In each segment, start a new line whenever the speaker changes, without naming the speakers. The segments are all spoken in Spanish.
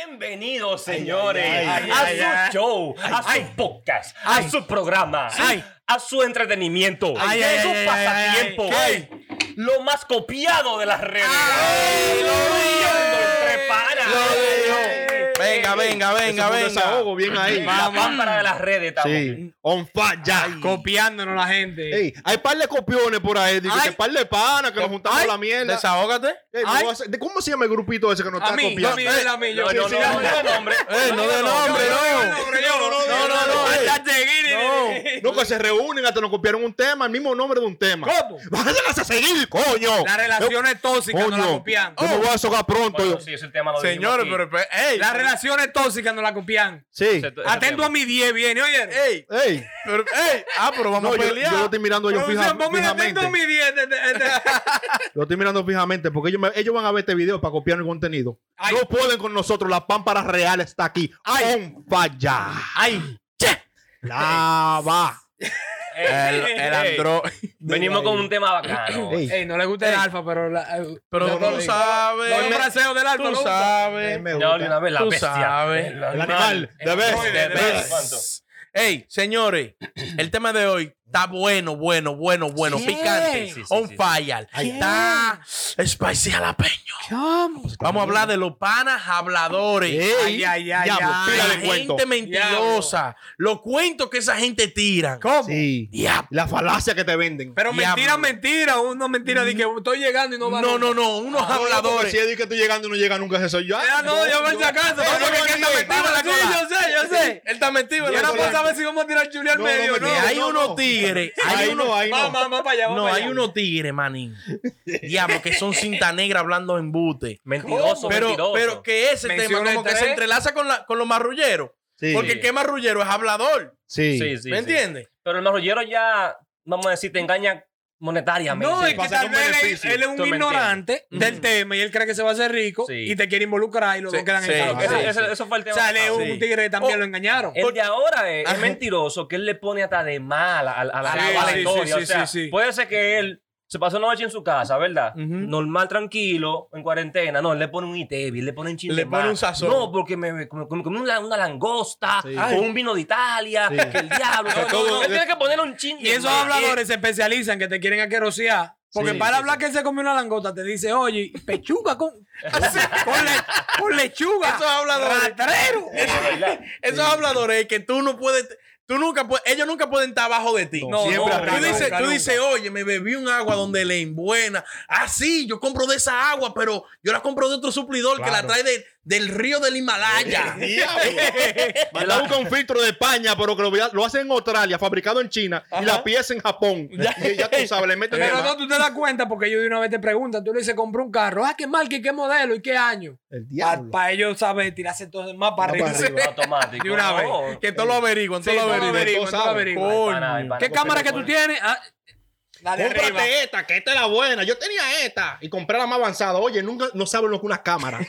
Bienvenidos, señores,
ay, ay,
a
ay,
su
ay.
show, a su podcast, a su programa,
Ay.
a su entretenimiento,
Ay,
a
ay,
su
ay, ay,
pasatiempo,
ay,
lo más copiado de las redes.
Ay, lo
Huyendo
dijo.
entre panas. eh,
Lo dijo.
Venga, venga, venga,
Eso fue un
venga.
desahogo, bien ahí.
La pámpara de las redes, estamos.
Sí. On fire ya.
Copiándonos la gente.
Ey, hay par de copiones por ahí. Digo,
Ay.
que par de panas que nos juntamos
Ay.
la mierda.
Desahógate.
Ey, no
Ay.
voy a hacer- ¿de ¿Cómo se llama el grupito ese que nos
A
está
mí,
copiando?
a mí, a mí,
No, no,
yo. Sí,
no,
sí,
no,
no,
no,
no,
no, hombre.
Eh, no de nombre, no.
No, no, no.
ey.
Hasta seguir.
Ey, No, que se reúnen, hasta nos copiaron un tema, el mismo nombre de un tema.
¿Cómo?
¡Váyanse a seguir, coño!
Las relaciones tóxicas nos la copian.
Yo me voy a azogar pronto.
Bueno,
yo.
sí, ese tema lo dijimos
Señores,
aquí.
pero. pero- ¡Ey!
Las relaciones tóxicas nos la copian.
Sí.
Ese- ese
Atento
tema.
a mi 10 viene, oye.
¡Ey!
Ey,
pero- ¡Ey! Ah, pero vamos
no,
a
yo,
pelear.
yo lo estoy mirando yo fija-
Producción, ponme atento a
fijamente.
mi 10. de- de- de-
Lo estoy mirando fijamente porque ellos, me- ellos van a ver este video para copiar el contenido.
Ay.
No pueden con nosotros, la pámpara real está aquí. On falla.
¡Ay!
La va.
El, el andro.
Eh, Venimos con un tema bacano.
Ey.
Ey, no le gusta el alfa, pero. la- eh,
Pero
no,
tú
no,
sabes.
No, el fraseo del alfa.
Tú
no.
sabes.
Me
Ya,
gusta.
de una vez, la
Tú
bestia. ¿eh?
sabes.
El
El animal,
el
the
animal.
best,
Muy
the
bien,
best.
¿Cuánto?
Ey, señores, el tema de hoy está bueno, bueno, bueno, bueno,
Sí.
picante,
Sí,
sí, sí,
on
sí.
fire.
Sí.
Está spicy jalapeño. Vamos a hablar de los panas habladores.
Ay, ay, ay,
diablo,
ay.
pila de
la gente
cuento.
mentirosa. Los cuentos que esa gente tira.
¿Cómo?
Sí.
Diablo.
La falacia que te venden.
Pero
Diablo.
mentira, mentira. Uno mentira de que estoy llegando y no va
No,
nunca.
no, no. Unos
Ah, No, no, porque
habladores.
Si es que estoy llegando y no llega nunca, eso soy yo.
Ya no, yo por si acaso.
Eh,
pero
no,
porque
no,
que él está
no,
metido en la
Sí,
cola.
yo sé, yo sé. Él está metido en
Yo
la
no puedo
cola.
saber si vamos a tirar Julia al
No,
medio, ¿no?
no, mentira.
Eh, Hay
no,
unos
no.
tigres.
Ahí
Hay unos
no, ahí
Vamos,
no.
vamos para allá, vamos
No,
para
hay
allá.
unos tigres, manín. Diablo, que son cinta negra hablando embute.
Mentiroso,
Pero,
mentiroso.
pero que ese
Menciona
tema como que
tres.
se entrelaza con, la, con los marrulleros.
Sí.
Porque el que es marrullero es hablador.
Sí.
Sí, sí,
¿Me
sí.
entiendes?
Pero el marrullero ya, vamos a decir, te engaña monetariamente.
No, es que
pasa
tal
con
vez él,
beneficio.
él es
Tú
un
me
ignorante
entiendes.
del tema y él cree que se va a hacer rico
Sí.
y te quiere involucrar y los
Sí,
dos quedan
sí,
en
Porque
el
ese-
sí.
ese- eso fue el tema.
Sale
pasado.
un
Sí.
tigre que también
Oh,
lo engañaron.
El de ahora es, es
Ajá.
mentiroso, que él le pone hasta de mal a, a la, a la
Sí,
mala
sí,
historia.
sí,
o sea,
sí, sí.
puede ser que él se pasó una noche en su casa, ¿verdad?
Ujú.
Normal, tranquilo, en cuarentena. No, él le pone un itebi, le pone un chin
Le
de
pone
más.
un sazón.
No, porque me, me- me- me comí una, una langosta
Sí.
con un vino de Italia,
Sí.
que el diablo. No, no,
todo-
no, él tiene que poner un chin
Y esos
más.
habladores se especializan que te quieren aquerosear. Porque
Sí,
para
sí,
hablar que se comió una langota, te dice, oye, pechuga con, con, le- con lechuga.
Esos habladores.
Ratrero.
Es verdad.
Esos habladores que tú no puedes. Tú nunca puedes, ellos nunca pueden estar abajo de ti.
No,
Siempre
no,
Tú
arriba.
dices,
nunca,
tú
nunca.
dices, oye, me bebí un agua donde le embuena. Ah, sí, yo compro de esa agua, pero yo la compro de otro suplidor que la trae de- del río del Himalaya.
Diablo. Mandaba un con filtro de España, pero que lo, lo hacen en Australia, fabricado en China, y la pieza en Japón. Y Ya, tú sabes, le meten de
Pero
más.
no, tú te das cuenta porque ellos de una vez te preguntan, tú le dices, compré un carro, ah, qué marca y qué modelo y qué año.
El
Para
diablo.
ellos saber tirarse todo más para
Más
arriba.
para arriba.
Automático.
De una
no.
vez.
que todo lo averiguan,
Sí,
todo
todo
lo
lo
averiguan.
averiguan, todo
todo
lo
saben.
Ay,
averiguan.
pana, ay, pana,
¿Qué
no
cámara
se
que
me
tú
pone.
tienes? Ah, la de
Cómprate
arriba.
esta, que esta es la buena. Yo tenía esta y compré la más avanzada. Oye, nunca no saben lo que es una cámara.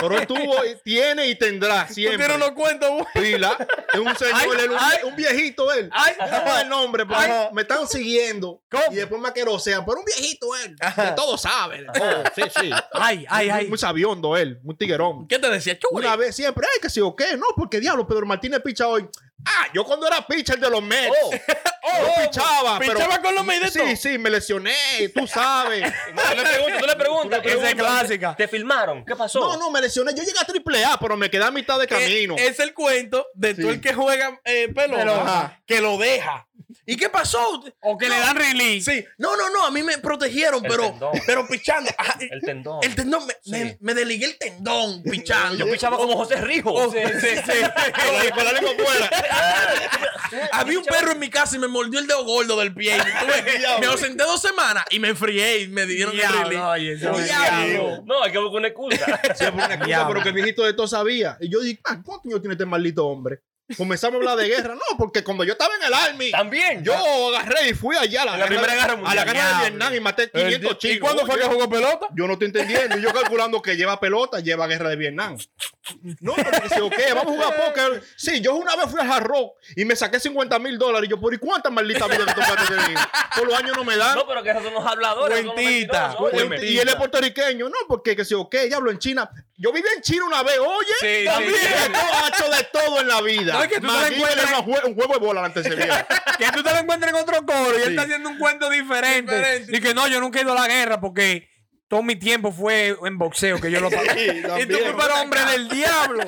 Pero él tuvo, y tiene y tendrá
Tú
siempre.
tienes unos cuentos, güey.
Pila. Es un señor,
Ay,
él, un,
ay.
un viejito él.
Ay,
Yo No sé el nombre, pero
Ay.
me están siguiendo.
¿Cómo?
Y después me aquerosean. Pero un viejito él. Que todo sabe. sí, sí.
ay, ay, ay.
Muy sabiondo él, muy tiguerón.
¿Qué te decía? Chule.
Una vez siempre, ay, que sí o qué, no, porque diablo, Pedro Martínez picha hoy. Ah, yo cuando era pitcher de los Mets,
Oh.
yo pichaba, pero
Pinchaba con los meditos.
sí, sí, me lesioné, tú sabes.
Tú le preguntas, tú le preguntas.
Esa es
preguntas,
clásica.
¿Te filmaron? ¿Qué pasó?
No, no, me lesioné, yo llegué a triple A, pero me quedé a mitad de camino.
Es, es el cuento de tú
Sí.
el que juega eh, pelota,
Pelota.
que lo deja. ¿Y qué pasó?
O que le
No.
dan release.
Sí, no, no, no, a mí me protegieron,
El
pero,
tendón.
pero pichando. Ajá,
El tendón.
El tendón, me, me- me desligué el tendón pichando.
Yo pichaba como José Rijo.
Oh.
Sí, sí, sí.
Con la lengua fuera.
Había un perro en mi casa y me mordió el dedo gordo del pie. Y tuve- me ausenté dos semanas y me enfrié y me dieron el
Diablo,
release.
oye, eso es
Diablo.
No, hay que buscar una excusa.
Siempre una excusa,
Diablo.
pero que el viejito de todo sabía. Y yo dije, ah, ¿cuántos años tiene este maldito hombre? Comenzamos a hablar de guerra. No, porque cuando yo estaba en el Army,
También.
yo agarré y fui allá a la,
En la
guerra-
Primera Guerra
a la
Mundial.
guerra de Vietnam y maté 500 chinos. Oye,
jugó pelota?
Yo no estoy entendiendo. Y yo calculando que lleva pelota, lleva guerra de Vietnam. No, pero dice, ok, vamos a jugar póker. Sí, yo una vez fui a Hard Rock y me saqué 50 mil dólares. Y yo, ¿por y cuántas malditas vidas que tú vas a tener? Por los años no me dan.
No, pues, pero que esos son los habladores. esos son los
Cuentita,
mentirosos.
Y-
Óyeme.
y él es puertorriqueño. No, porque que sí, ok, ya hablo en China. Yo viví en China una vez, oye.
Sí,
también
sí, sí.
Esto ha hecho de todo en la vida.
No, es que tú te la
Magui
encuentras-
era una jue- un juego de bola antes de ese viejo.
que tú te lo encuentres en otro coro y él está haciendo un cuento diferente.
Diferente.
Y que no, yo nunca he ido a la guerra porque todo mi tiempo fue en boxeo que yo lo pasé.
Sí,
y tú
también.
fuiste el hombre del diablo.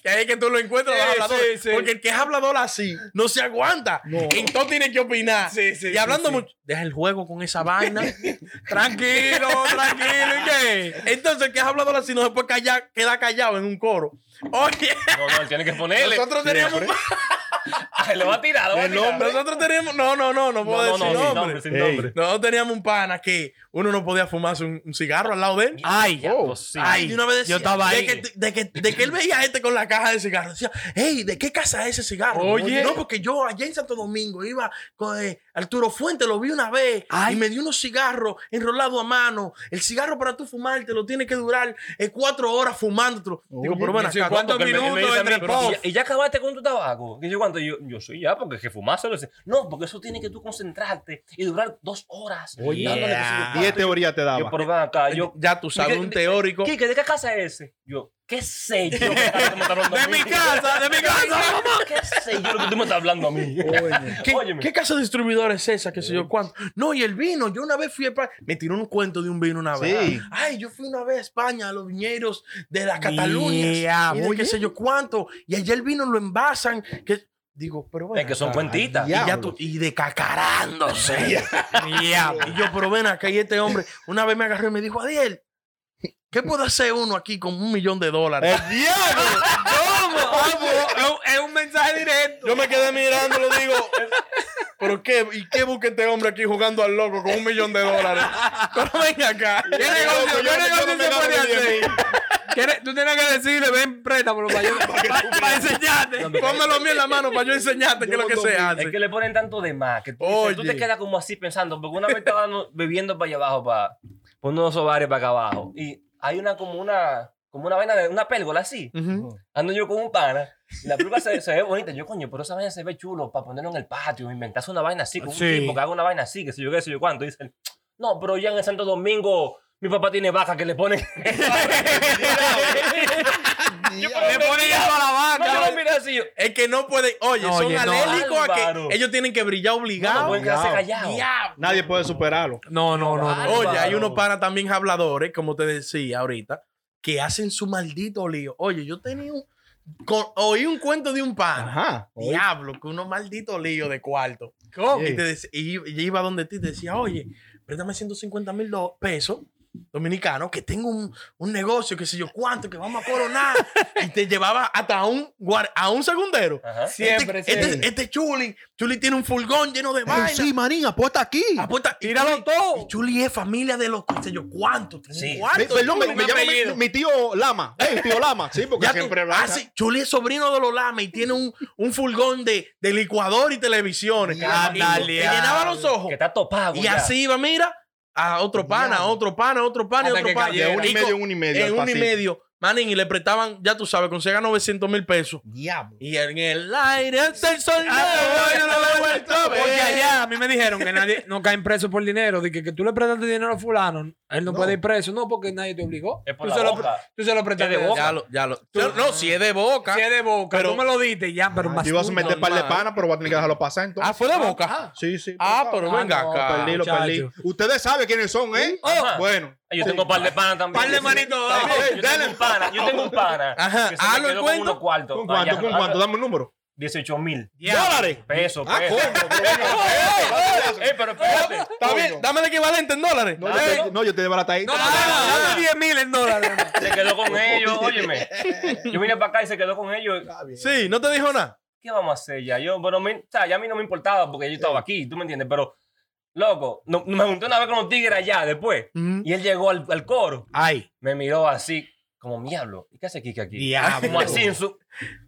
Que ahí es que tú lo encuentras los
Sí,
habladores.
sí, sí.
Porque el que es hablador así no se aguanta. Entonces tiene que opinar.
Sí, sí,
y hablando
sí, sí.
mucho, deja el juego con esa vaina.
tranquilo, tranquilo. ¿Y qué?
Entonces el que es hablador así no se puede callar, queda callado en un coro. Oye,
No, no, él tiene que ponerle.
nosotros teníamos.
Ay, Lo va a tirar, lo va a
El
tirar.
hombre.
Nosotros teníamos. No, no, no, no puedo
No, no,
decir
no, sin
nombre.
nombre, sin
Ey.
nombre.
Nosotros teníamos un pana que uno no podía fumarse un, un cigarro al lado de él.
Ay, ya.
Oh, sí.
ay,
Y una vez decía,
yo estaba
de
ahí.
Que, de, que, de que él veía a gente con la caja de cigarros. Decía, hey, ¿de qué casa es ese cigarro?
Oye.
No, porque yo allá en Santo Domingo iba con eh, Arturo Fuente, lo vi una vez
Ay.
y me dio unos cigarros enrolados a mano. El cigarro para tú fumar te lo tiene que durar eh, cuatro horas fumándotelo. Digo, pero bueno,
sí,
acá,
¿cuántos
¿no? Porque él me- él me
minutos
dice a mí,
entre
pero
puff?
¿Y ya, y ya acabaste con tu tabaco? Y yo, ¿cuánto? Y yo, yo sí, ya, porque es que fumárselo. es- No, porque eso tiene que tú concentrarte y durar dos horas.
Oye,
dándole que sí, yo,
Diez teorías te
Yo,
daba.
por acá, yo...
Ya tú sabes,
¿De-
un
de-
teórico.
¿Qué, ¿De qué casa es ese? Yo, ¿qué sé yo? que tú me estás hablando a
De
mí?
mi casa, de mi casa.
¿Qué sé yo lo que tú me estás hablando a mí?
¿Qué,
Óyeme.
¿Qué casa de distribuidor es esa? ¿Qué sé yo cuánto? No, y el vino. Yo una vez fui a España. Me tiró un cuento de un vino una vez.
Sí.
Ay, yo fui una vez a España, a los viñedos de la Cataluña.
Mira,
y de
muy
qué sé yo cuánto. Y allá el vino lo envasan. Que... Digo, pero bueno.
Es que son cuentitas.
y, ya
Diablo.
tú- y de cacarándose.
Diablo.
y yo, pero ven acá, y este hombre, una vez me agarró y me dijo, Adiel, ¿qué puede hacer uno aquí con un millón de dólares?
¡El diablo!
¿Cómo? Es un mensaje directo.
Eh, Yo me quedé mirando y le digo, ¿pero qué? ¿Y qué busca este hombre aquí jugando al loco con un millón de dólares? Pero ven acá.
¿Qué negocio, qué negocio se puede hacer? ¿Qué ne- Tú tienes que decirle, ven, préstamelo para yo- para- para enseñarte.
Pónmelo a mí en la mano para yo enseñarte qué es lo que se
Es
hace.
que le ponen tanto de más que tú, dices,
Oye.
tú te quedas como así pensando, porque una vez estaba no- bebiendo para allá abajo, para poner unos ovarios para acá abajo, y hay una como una, como una vaina de una pérgola así.
Ujú.
Ando yo con un pana, y la pérgola se, se ve bonita. Yo, coño, pero esa vaina se ve chulo para ponerlo en el patio, inventarse una vaina así, con
Sí.
un tipo que haga una vaina así, que sé yo qué, sé yo cuánto. Y dicen, no, pero ya en el Santo Domingo. Mi papá tiene vaca que le pone. yo por
Le
lo menos-
ponen eso a la
no, yo
vaca.
lo miré así. yo,
Es que no puede. Oye,
No,
son
oye, no.
alérgicos a
Álvaro.
que ellos tienen que brillar
No, no
Ah,
pues,
obligado.
pueden quedarse callados.
Diablo.
Nadie puede superarlo.
No, no, no. no.
Álvaro.
Oye, hay unos para también habladores, como te decía ahorita, que hacen su maldito lío. Oye, yo tenía un. con- oí un cuento de un pana.
Ajá.
Diablo, que unos malditos líos de cuarto.
¿Cómo?
Y, te dec- y y iba donde ti y te decía, oye, préstame 150 mil do- pesos dominicanos, que tengo un, un negocio, que sé yo cuánto, que vamos a coronar. y te llevaba hasta un, guar- a un segundero.
Ajá.
Siempre,
este,
siempre.
Este, este Chuli, Chuli tiene un fulgón lleno de
Ay,
vaina.
sí, Marín, apuesta aquí.
Apuesta, y
Tíralo
Chuli-
todo.
Y Chuli es familia de los, qué sé yo cuánto. Tengo
Sí.
cuarto,
Me- perdón, me,
Chuli,
me
mi
llama
apellido.
mi, mi tío Lama. Eh, tío Lama. Sí, porque
Ya tú-
siempre
ah, sí, Chuli es sobrino de los Lama y tiene un, un fulgón de, de licuador y televisiones.
Ya,
Y-
dale,
y le
ya.
llenaba los ojos.
Que está topado.
Y
ya.
así iba, mira, a otro pana, a otro pana, a otro pana, a
Hasta
otro
que
pana.
cayera.
De uno y medio en uno y medio.
En
al
uno y
pasillo.
medio. Manín, y le prestaban, ya tú sabes, consiga 900 mil pesos.
Diablo.
Y en el aire está el sol.
Ah,
nuevo,
no,
yo
no,
no lo he
no,
vuelto a ver.
Porque allá a mí me dijeron que nadie no caen presos por dinero. De que, que tú le prestaste dinero a fulano, él no, puede ir preso. No, porque nadie te obligó.
Es por
tú,
la
se lo,
boca.
pre- tú se lo prestaste
Es de boca.
Ya lo, ya lo. Yo- no, si es de boca.
Si es de boca,
Pero-
tú me lo diste y ya, pero más.
Yo iba a meter un par de panas, pero voy a tener que dejarlo pasar entonces.
Ah, fue de boca.
sí, sí.
Ah,
por favor.
pero
Ah,
venga
no,
acá.
Perdí, lo perdí.
muchacho.
Ustedes saben quiénes son, ¿eh?
Ajá.
Bueno.
Ah, Yo tengo un par de panas también.
Par de manitos,
Ay,
dale,
Yo tengo un pana. Yo tengo un pana.
Ajá.
que se
Ah,
me
¿lo
quedó
encuentro?
con unos cuartos.
¿Con cuánto?
Ah, ya.
¿Con cuánto? Dame un número.
18 mil.
¿Dólares?
Pesos,
Ah,
pesos.
coño. pero venga,
Eh, pero espérate.
Está bien, dame el equivalente en dólares.
No, yo te- no, yo te desbaraté ahí.
No, no, no, dame 10 mil en dólares. hermano.
Se quedó con ellos, óyeme. Yo vine para acá y se quedó con ellos.
Sí, no te dijo nada.
¿Qué vamos a hacer ya? Yo, bueno, me- o sea, ya a mí no me importaba porque yo estaba aquí, tú me entiendes, pero, loco, no- me junté una vez con los tigres allá después. Y él llegó al, al coro,
Ay,
me miró así, como diablo. ¿Y qué hace Kike aquí?
Diablo.
Como así en su,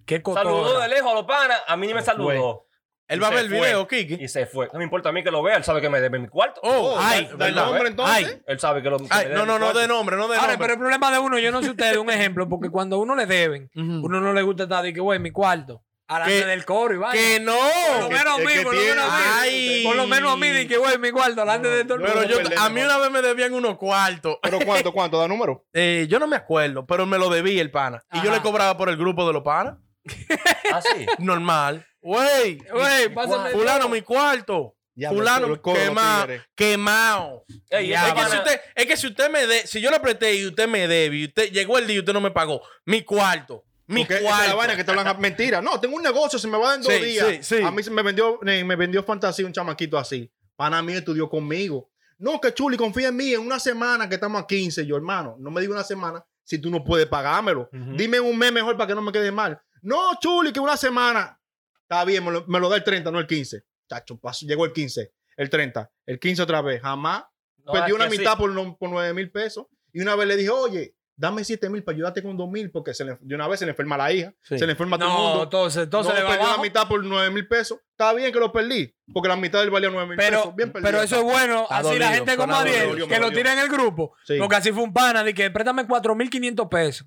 Qué cotorra.
Saludó de lejos a los panas, a mí ni me saludó.
Él va a
se
ver el
fue.
video, Kiki.
Y se fue. No me importa a mí que lo vea. Él sabe que me debe mi cuarto.
Oh, ay,
da- da el
¿verdad?
nombre entonces.
Ay,
Él sabe que lo. que me
ay,
debe
no, no,
mi
no
cuarto.
de nombre, no de
Ahora,
nombre.
pero el problema de uno, yo no sé ustedes, un ejemplo, porque cuando a uno le deben,
Ujú.
uno no le gusta estar de que, güey, mi cuarto,
Que-
adelante del coro y vaya.
que
Por
no.
lo menos a
que-
mí,
que
por lo menos a mí.
tiene-
Por lo menos a mí, de que, güey, mi cuarto, adelante de todo el
Pero
Pero
mundo.
yo,
perdemos,
a mí una vez me debían unos cuartos.
Pero cuánto, cuánto, da número.
Eh, yo no me acuerdo, pero me lo debí el pana. Y yo
Ajá.
le cobraba por el grupo de los panas.
Ah, sí.
Normal. Güey,
Güey, pásame.
fulano, mi cuarto.
Ya, pero el
fulano,
cobro, los
quemado.
tigres.
Quemado.
Ey, ese
Ya,
es, que si
pana-
usted, es que si usted me de, si yo le presté y usted me debe, y usted llegó el día y usted no me pagó, mi cuarto, mi
Porque esa es la
cuarto.
vaina que te hablan mentira. No, tengo un negocio, se me va en dos
Sí,
días.
sí, sí.
A mí se me vendió, eh, me vendió fantasía un chamaquito así. Pana mí estudió conmigo. No, que chuli, confía en mí. En una semana que estamos a 15, yo, hermano, no me diga una semana si tú no puedes pagármelo.
Ujú.
Dime un mes mejor para que no me quede mal. No, chuli, que una semana. Está bien, me lo, me lo da el 30, no el 15. Chacho, pasó, llegó el 15, el 30, el 15 otra vez. Jamás
No,
Perdí
es
una
que sí.
mitad por, no- por 9 mil pesos. Y una vez le dije, oye, dame 7 mil para ayudarte con 2 mil, porque se le- de una vez se le enferma la hija,
Sí.
se le enferma todo el
No,
mundo.
entonces, entonces
No,
le va
perdí
abajo.
una mitad por 9 mil pesos. Está bien que lo perdí, porque la mitad del valía 9 mil
Pero,
pesos. Bien perdido.
pero eso es bueno.
Está
así la
dolido,
gente
está
como
dolido,
Ariel,
dolió, me
que lo
dolió.
tira en el grupo.
Sí.
Porque así fue un pana, de que préstame 4.500 pesos.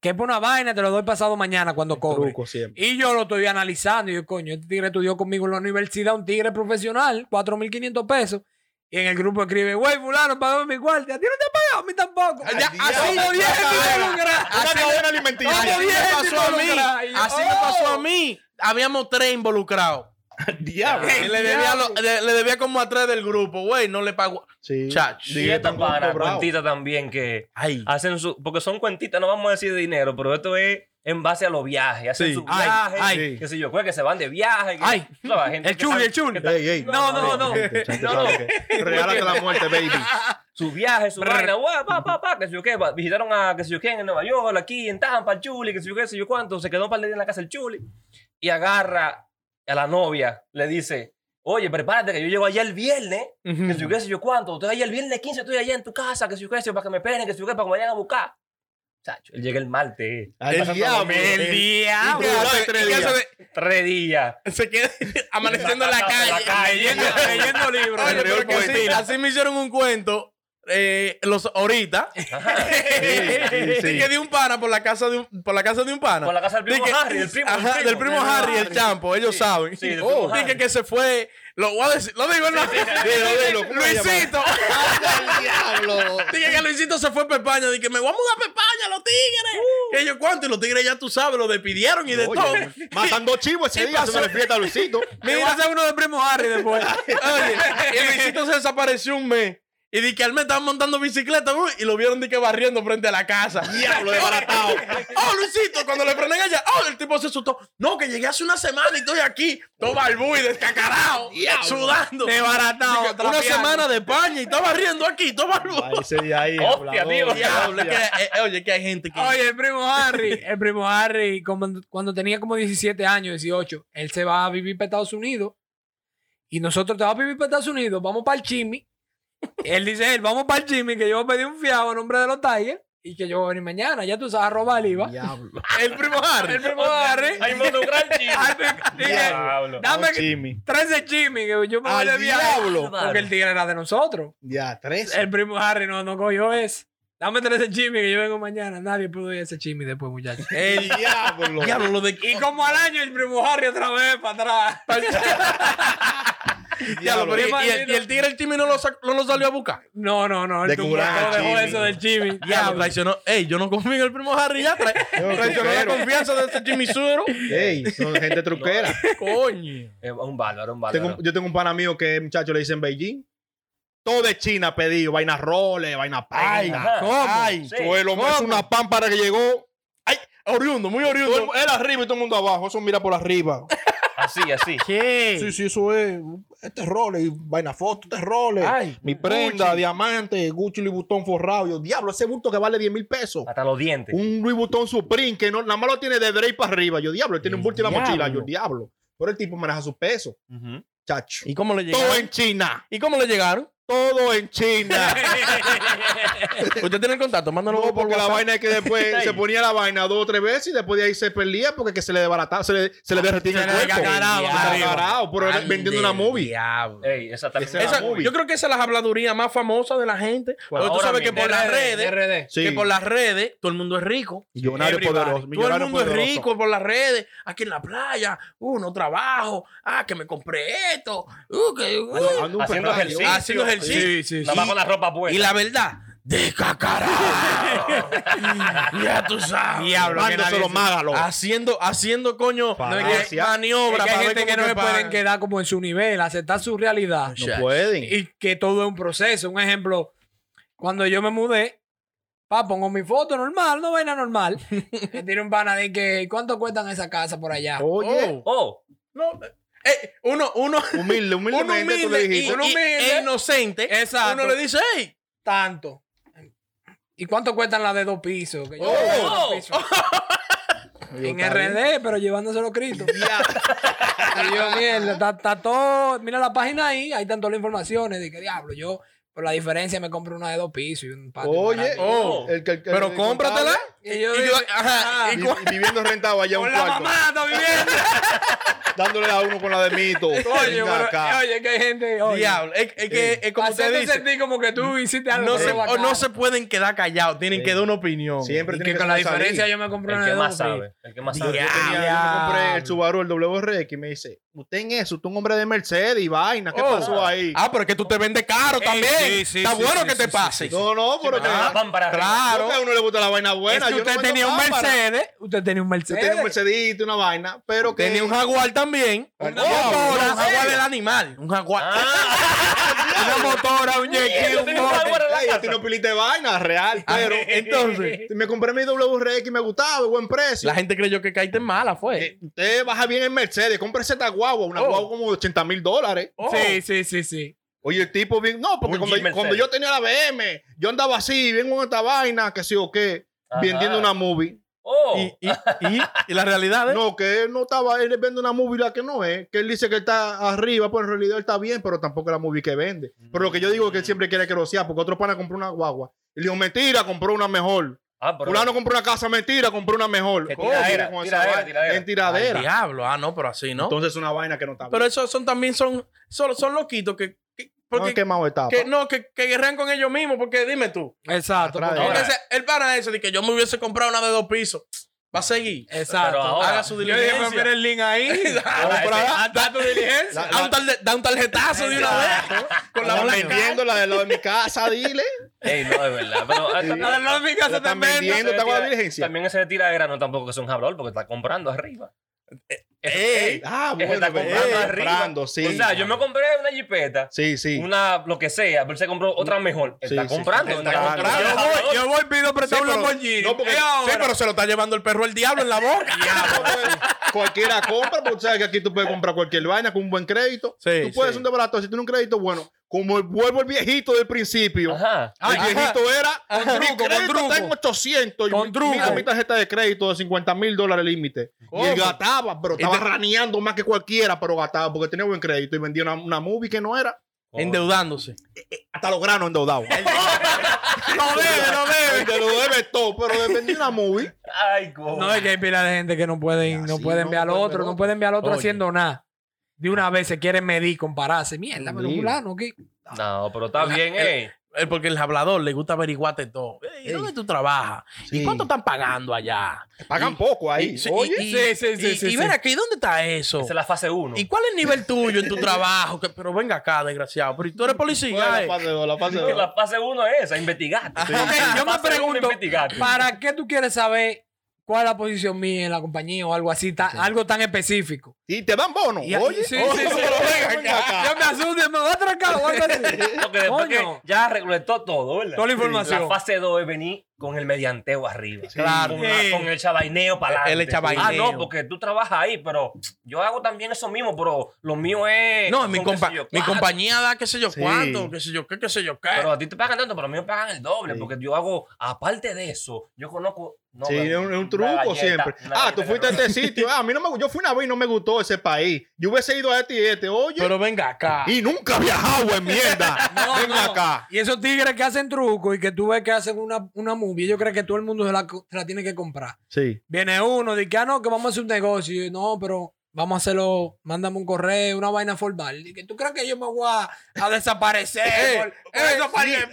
Que es por una vaina, te lo doy pasado mañana cuando cobre.
truco siempre.
Y yo lo estoy analizando. Y yo, coño, este tigre estudió conmigo en la universidad, un tigre profesional, 4.500 pesos. Y en el grupo escribe, güey, fulano, pagame mi cuarto. A ti no te ha pagado, a mí tampoco.
Ay,
Ya,
diablo,
así lo
esta
dije,
vaina.
Ah,
Una cadena alimenticia.
Ay,
Así me
Dios,
pasó
Dios,
a mí.
Dios.
Así me
Oh.
pasó a mí. Habíamos tres involucrados.
Diablo.
Y le, debía lo- le, le debía como a tres del grupo, güey. No le pagó.
Sí.
Chacho.
Y
Dije,
esta
tan co-
para
cobrado.
cuentita también que
Ay.
hacen su. Porque son cuentitas, no vamos a decir de dinero, pero esto es en base a los viajes. Hacen
Sí.
sus
Ay,
viajes.
ay.
Qué sé yo, pues, que se van de viaje. que-
Ay.
No, la gente
El
que
chuli,
sabe-
el chuli.
que está-
Ey, ey.
No, no, no.
Gente, gente,
No, no.
sabe que- Regálate la muerte, baby.
Su viaje, su vaina. guau, pa, pa, pa, que sé yo qué. va- Visitaron a que sé yo qué en Nueva York, aquí en Tampa, el chuli, que sé yo qué, sé yo cuánto. Se quedó un par de días en la casa el chuli. Y agarra a la novia, le dice. Oye, prepárate que yo llego allá el viernes, que sé yo qué, sé yo cuánto. Estoy allá el viernes 15, estoy allá en tu casa, que sé yo qué, sé yo, para que me esperen, que sé yo qué, para que me vayan a buscar. Chacho, él llega el martes.
Ahí
El
pasando
diablo.
la-
El
día.
¿Y qué hace-
tres
y qué hace-
días.
tres días.
Se queda amaneciendo en la
La
calle.
calle.
Leyendo, leyendo libros.
Oye, pero que
así,
sí.
así me hicieron un cuento. eh, los ahorita
sí, sí.
Y que de un pana por la casa de un, por la casa de un pana
Por la casa del primo
Di que-
Harry, del primo, del
Ajá,
primo.
del primo
Del primo
Harry el
Harry.
champo ellos
Sí,
saben
sí, del primo
oh,
Harry.
dije que se fue lo voy a decir lo digo no
Dilo, dilo,
Luisito
El diablo.
Dije que Luisito se fue a Pepaña. Dije, me voy a mudar a Pepaña, los tigres.
Uh.
Que yo, ¿cuánto? Y los tigres ya tú sabes, lo despidieron y de
Oye,
todo.
Matando chivos ese
y
día, se
pasó-
me fiesta a Luisito.
Mira,
Mira, uno de primo Harry después.
oye, y Luisito se desapareció un mes. Y dije que al mes estaban montando bicicleta uy, y lo vieron de que barriendo frente a la casa.
Diablo desbaratado.
Oh, Luisito, cuando le prenden allá, oh, el tipo se asustó. No, que llegué hace una semana y estoy aquí, todo balbú y descacarado, sudando.
Desbaratado,
Dije, Una
trapeando.
semana de España y estaba barriendo aquí, todo balbú.
Ay, Ese día ahí.
Hostia,
hablador.
tío.
Diablo, es que, eh, eh, oye, que hay gente que.
Oye, el primo Harry, el primo Harry, como- cuando tenía como 17 años, 18, él se va a vivir para Estados Unidos. Y nosotros te vamos a vivir para Estados Unidos, vamos para el Chimi. Él dice, él, vamos para el Chimi, que yo voy a pedir un fiado a nombre de los Tigers y que yo voy a venir mañana. Ya tú sabes, a robar el IVA.
Diablo.
el primo Harry.
El primo Harry.
Ahí mandó un gran chiste.
Ay, me- dije,
Diablo.
dame
Oh, Jimmy.
13 Chimi, que yo me voy
Al
de viaje.
diablo.
Porque el tigre era de nosotros.
Ya, tres.
El primo Harry no, no cogió ese. Dame 13 Chimi, que yo vengo mañana. Nadie pudo ir a ese Chimi después, muchachos.
El
diablo.
diablo, lo de.
Y como al año el primo Harry otra vez para atrás.
Diablo, pero
Qué
y, y el,
maldito.
y el tigre, el Timmy no lo, sac- no lo salió a buscar.
No, no, no.
De
El tumbó
cura-
todo, dejó
Jimmy.
eso del Jimmy.
Diablo,
Diablo.
traicionó. Ey, yo no confío en el primo Harry ya. tra-
Yo
traicionó la
espero.
confianza de este Jimmy Suero.
Ey, son gente truquera.
Coño.
Eh, un bárbaro, un
Tengo
bárbaro.
un- yo tengo un pana mío que muchacho le dicen Beijing. Todo de China pedido, vaina roles, vaina
Ajá.
paina.
¿Cómo?
Ay,
Sí.
fue lo más
¿Cómo?
una pámpara que llegó.
Oriundo, muy
Todo el-
oriundo.
él arriba y todo el mundo abajo. Eso mira por arriba.
Así, así.
¿Qué?
Sí, sí, eso es. Este role, y vaina foto, este role.
Ay,
mi prenda, diamante, Gucci Louis Vuitton forrado. Yo, diablo, ese bulto que vale 10 mil pesos.
Hasta los
Este,
dientes.
Un Louis Vuitton Supreme que no, nada más lo tiene de Drake para arriba. Yo, diablo, él tiene un bulto en la
Diablo.
mochila. Yo, diablo. Pero el tipo maneja su peso,
Ujú.
chacho.
¿Y cómo le
Todo
llegaron?
en China.
¿Y cómo le llegaron?
todo en China.
¿Usted tiene el contacto? Mándalo
No,
por
porque la
WhatsApp.
vaina es que después
Sí.
se ponía la vaina dos o tres veces y después de ahí se perdía porque que se le desbarataba, se le,
Ah,
se le derretía
Se
el
le
cuerpo.
desgagaraba,
Se le
arriba.
desgagaraba, pero era vendiendo una movie.
Ey, exactamente.
Esa-
Esa-
la movie.
yo creo que esa es la habladuría más famosa de la gente.
¿Cuál?
Porque tú
Ahora
sabes que
mismo.
por las redes,
RD.
Sí.
que por las redes, todo el mundo es rico.
Millonario
Everybody.
poderoso.
Todo el
Millonario
mundo
poderoso.
es rico por las redes. Aquí en la playa, uh, no trabajo. Ah, que me compré esto. Uh, que, uh. Ah,
Ando- ando un
Haciendo
Ferrari.
ejercicio.
haciendo ejercicio.
Sí, sí, sí.
Nada más con la ropa
Y
buena.
la verdad, de cacarao. ya tú sabes.
Diablo, que nadie
Mándoselo
se-
mágalo.
Haciendo, haciendo coño,
Falacia.
eh, maniobra.
Es que
para
hay
ver
gente que
cómo
no
te
se
pagan.
pueden quedar como en su nivel, aceptar su realidad.
No pueden.
Y que todo es un proceso. Un ejemplo, cuando yo me mudé, pa, pongo mi foto normal, no vaina normal. me tiro un pana de que, ¿cuánto cuestan esa casa por allá?
Oye,
Oh,
No, eh, uno, uno,
humilde,
uno
humildemente tú le
humilde, y,
dijiste.
uno
y-
humilde.
e inocente.
Exacto.
Uno le dice, hey,
Tanto. ¿Y cuánto cuestan las de dos pisos? Que yo-
Oh.
de dos pisos. en
Está bien.
RD, pero llevándoselo Cristo. Y yo, mierda, está, está todo. Mira la página ahí, ahí están todas las informaciones. De que diablo, yo, por la diferencia, me compro una de dos pisos y un patio.
Oye,
barato".
oh,
el que- el que-
pero
el que
cómpratela.
contaba,
Y yo,
Y yo,
digo,
ajá,
ah,
y
vi-
cu-
viviendo rentado allá en
con
un
la
cuarto,
mamá está viviendo.
dándole a uno con la de mito.
Oye,
Venga
pero-
acá.
oye, que hay gente. Oye,
eh, Diablo, es, es que es como
hacerte
usted dice,
sentir como que tú hiciste algo.
no
que
se,
fue
o
bacano.
no se pueden quedar callados, tienen
Sí.
que dar una opinión.
Siempre
Y
tiene
que
que
con la
salir.
diferencia yo me compré
el
una
que
de
más
dos. pisos.
sabe. El que más sabe.
Yo tenía- yo
ah, Diablo.
me compré el Subaru, el WRX, y me dice, usted en eso, tú un hombre de Mercedes y vaina, ¿qué
Oh.
pasó ahí?
Ah, pero es que tú te vendes caro también.
sí, sí, sí,
Está bueno
sí,
que
sí,
te
sí,
pase.
No, no, pero
Ah, la
que,
pámpara arriba.
Claro.
que a uno le gusta la vaina buena.
es que
yo no
usted
vendo
tenía un
cámara.
Mercedes. Eh. Usted tenía un
Usted
Mercedes.
tenía un Mercedito, una vaina, pero que...
Tenía un jaguar también.
Ah,
Una
no,
motora,
no,
un jaguar
sí.
del animal. Un jaguar.
Ah,
Una motora, un
yo
yequí, un
tenía un
bote.
jaguar en la
Ey, yo
casa.
tenía un pilita de vaina, real,
Ah.
pero...
Entonces,
Me compré mi WRX, me gustaba, buen precio.
la gente creyó que caíste en mala, fue.
Eh, usted baja bien en Mercedes, cómprese esta guagua, una
Oh.
guagua como de 80 mil dólares.
Oh.
Sí, sí, sí, sí.
Oye, el tipo bien, no, porque
Un
cuando,
Jeep Mercedes.
cuando yo tenía la BM, yo andaba así, bien con esta vaina, que sí o qué,
Ajá.
vendiendo una movie.
Oh,
Y, y, y, y la realidad es.
No, que él no estaba, él vende una movie la que no es, que él dice que está arriba, pues en realidad él está bien, pero tampoco es la movie que vende. Pero lo que yo digo es que él siempre quiere que lo sea, porque otro pana compró una guagua. Y le dijo, mentira, compró una mejor.
ah, pero-
Fulano compró una casa, mentira, compró una mejor.
Que
¿Cómo
tiradera,
viene con esa
tiradera,
vaina?
tiradera.
En
Al
tiradera.
diablo. Ah, no, pero así, ¿no?
Entonces es una vaina que no está bien.
pero esos son también son, son, son loquitos que. que-
no
porque,
han quemado etapa.
que, no, que, que guerrean con ellos mismos, porque dime tú.
Exacto.
Atrás de
porque-
Ahora-
Entonces, el pana ese de que yo me hubiese comprado una de dos pisos. Va a seguir.
Exacto.
Pero ahora-
Haga su
Yo dije, pues, mira
diligencia.
el link ahí.
Ahora,
por
Ah, ese-
allá.
Este, Haz tu diligencia.
La-
Da un, tarje- da un tarjetazo de una vez. Con la
Están
blanca.
vendiendo la de la de mi casa, dile.
Ey, no, es verdad. Pero, ah,
La de
también-
los mi
La
casa
están
también.
vendiendo, está con la virgencia.
También ese de tiradera no tampoco que es un jablón porque está comprando arriba. Ese-
ey.
Ah,
ese
bueno,
está comprando
eh,
arriba.
comprando, sí.
o sea, yo me compré una jipeta,
Sí, sí.
una lo que sea, pero se compró otra mejor.
Sí,
está
sí,
comprando,
está
está
comprando.
comprando.
Yo
Voy, yo voy, pido
Sí,
prestar un
pero-
Lamborghini.
no, porque-
Es ahora.
sí, pero se lo está llevando el perro el diablo en la boca.
Cualquiera compra, porque tú sabes que aquí tú puedes comprar cualquier vaina con un buen crédito.
Sí,
tú puedes
sí.
un desbarato. Si tienes un crédito bueno, como el, vuelvo el viejito del principio.
Ajá.
El
Ay,
viejito era.
Con
mi
truco, con
crédito está
truco.
en 800. y
Con
mi-
truco.
Mira mi tarjeta de crédito de 50 mil dólares límite. Y él
Ojo.
gastaba, pero
Y
estaba
Este
te-
raneando más que cualquiera, pero gastaba porque tenía buen crédito y vendía una, una movie que no era.
Endeudándose.
Hasta los granos endeudados.
No debe, no debe.
Te lo debes todo, pero vendía una movie.
Ay, coño.
No, es que hay pila de gente que no pueden, no
Así
pueden
no, pues,
ver al
no pueden
otro, no
ver otro.
pueden ver al otro
Oye.
haciendo nada. De una vez se quieren medir, compararse. Mierda, pero
Sí.
fulano, ¿qué?
No, pero está bien,
El-
eh.
Eh, Porque el hablador le gusta averiguarte todo. Ey, ¿Dónde tú trabajas?
Sí.
¿Y cuánto están pagando allá?
Pagan
Y-
poco ahí.
y- sí,
Oye.
y-
Sí, sí, sí,
y-
sí,
Y
sí.
ven aquí, ¿dónde está eso?
Esa es la fase 1.
¿Y cuál es el nivel tuyo en tu trabajo? Que- pero venga acá, desgraciado. Pero ¿y tú eres
Bueno,
policía. eh?
la fase dos, la fase dos.
La fase 1 es esa, investigar.
Ok, yo me
Fase uno,
pregunto,
investigar.
¿para qué tú quieres saber cuál es la posición mía en la compañía o algo así, ta- algo tan específico?
Y te dan bono.
Y-
Oye,
sí,
oye,
sí, sí.
pero venga acá.
Yo me asusto, me voy a atracar o algo así.
Porque después que
Coño.
ya recolectó todo, ¿verdad?
Toda la información.
La fase 2 es venir con el medianteo arriba.
Claro.
Con, la-
Sí.
con el chabaineo para adelante.
El chabaineo.
Ah, no, porque tú trabajas ahí, pero yo hago también eso mismo, pero lo mío es.
Eh,
No, mi,
son,
compa-
qué sé yo,
mi eh.
cuatro.
compañía da qué sé yo
Sí.
cuánto, qué sé yo qué, qué sé yo qué.
Pero a ti te pagan tanto, pero a mí me pagan el doble,
Sí.
porque yo hago, aparte de eso, yo conozco No,
sí,
pero-
es un, es un
una
truco
galleta,
siempre.
una
Ah,
galleta
tú
que
fuiste a
no-
este sitio. Ah, a mí no me gu- Yo fui una vez y no me gustó ese país. Yo hubiese ido a este y este. Oye.
Pero venga acá.
y nunca viajaba en mierda.
No,
Ven
no.
acá.
Y esos tigres que hacen trucos y que tú ves que hacen una, una movie, ellos creen que todo el mundo se la, co- se la tiene que comprar.
Sí.
Viene uno, dice, ah, no, que vamos a hacer un negocio. Y yo, no, pero vamos a hacerlo, mándame un correo, una vaina formal. Dice, ¿tú crees que yo me voy a, a desaparecer? por- por esos par de
Te ponen-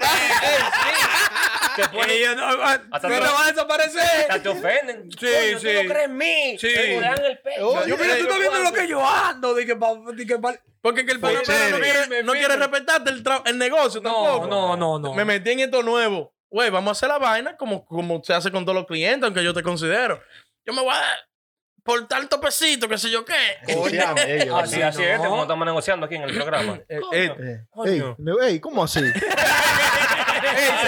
pesos? Y yo, no, no
ah,
Hasta
te
te lo-
vas a
hasta
desaparecer.
te ofenden.
Sí,
Coño,
sí.
¿Tú no crees en mí?
Sí.
Te dan el pecho.
Oye,
Yo, mira, tú estás viendo lo que yo ando. Dije, pa, dije, pa- porque que el
Pero,
pana-
pero no
Firme,
quiere, no
firme.
quiere respetarte el, tra- el negocio
No,
tampoco.
no, no, no.
Me metí en esto nuevo. Güey, vamos a hacer la vaina como, como se hace con todos los clientes, aunque yo te considero. Yo me voy a por tanto pesito, qué sé yo qué.
Oye, ellos.
Así,
Sí,
Ah, así
no.
es, este como estamos negociando aquí en el programa.
Eh, eh,
Eh, Ey,
Coño.
ey, ¿cómo así?
Ey, eh,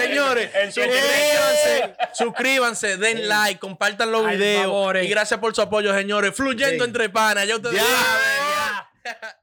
señores, eh,
En su-
suscríbanse, suscríbanse, den like, compartan los
Ay,
videos.
favores.
Y gracias por su apoyo, señores. Fluyendo
Sí.
entre panas. Ya ustedes
Ya.
saben, ya.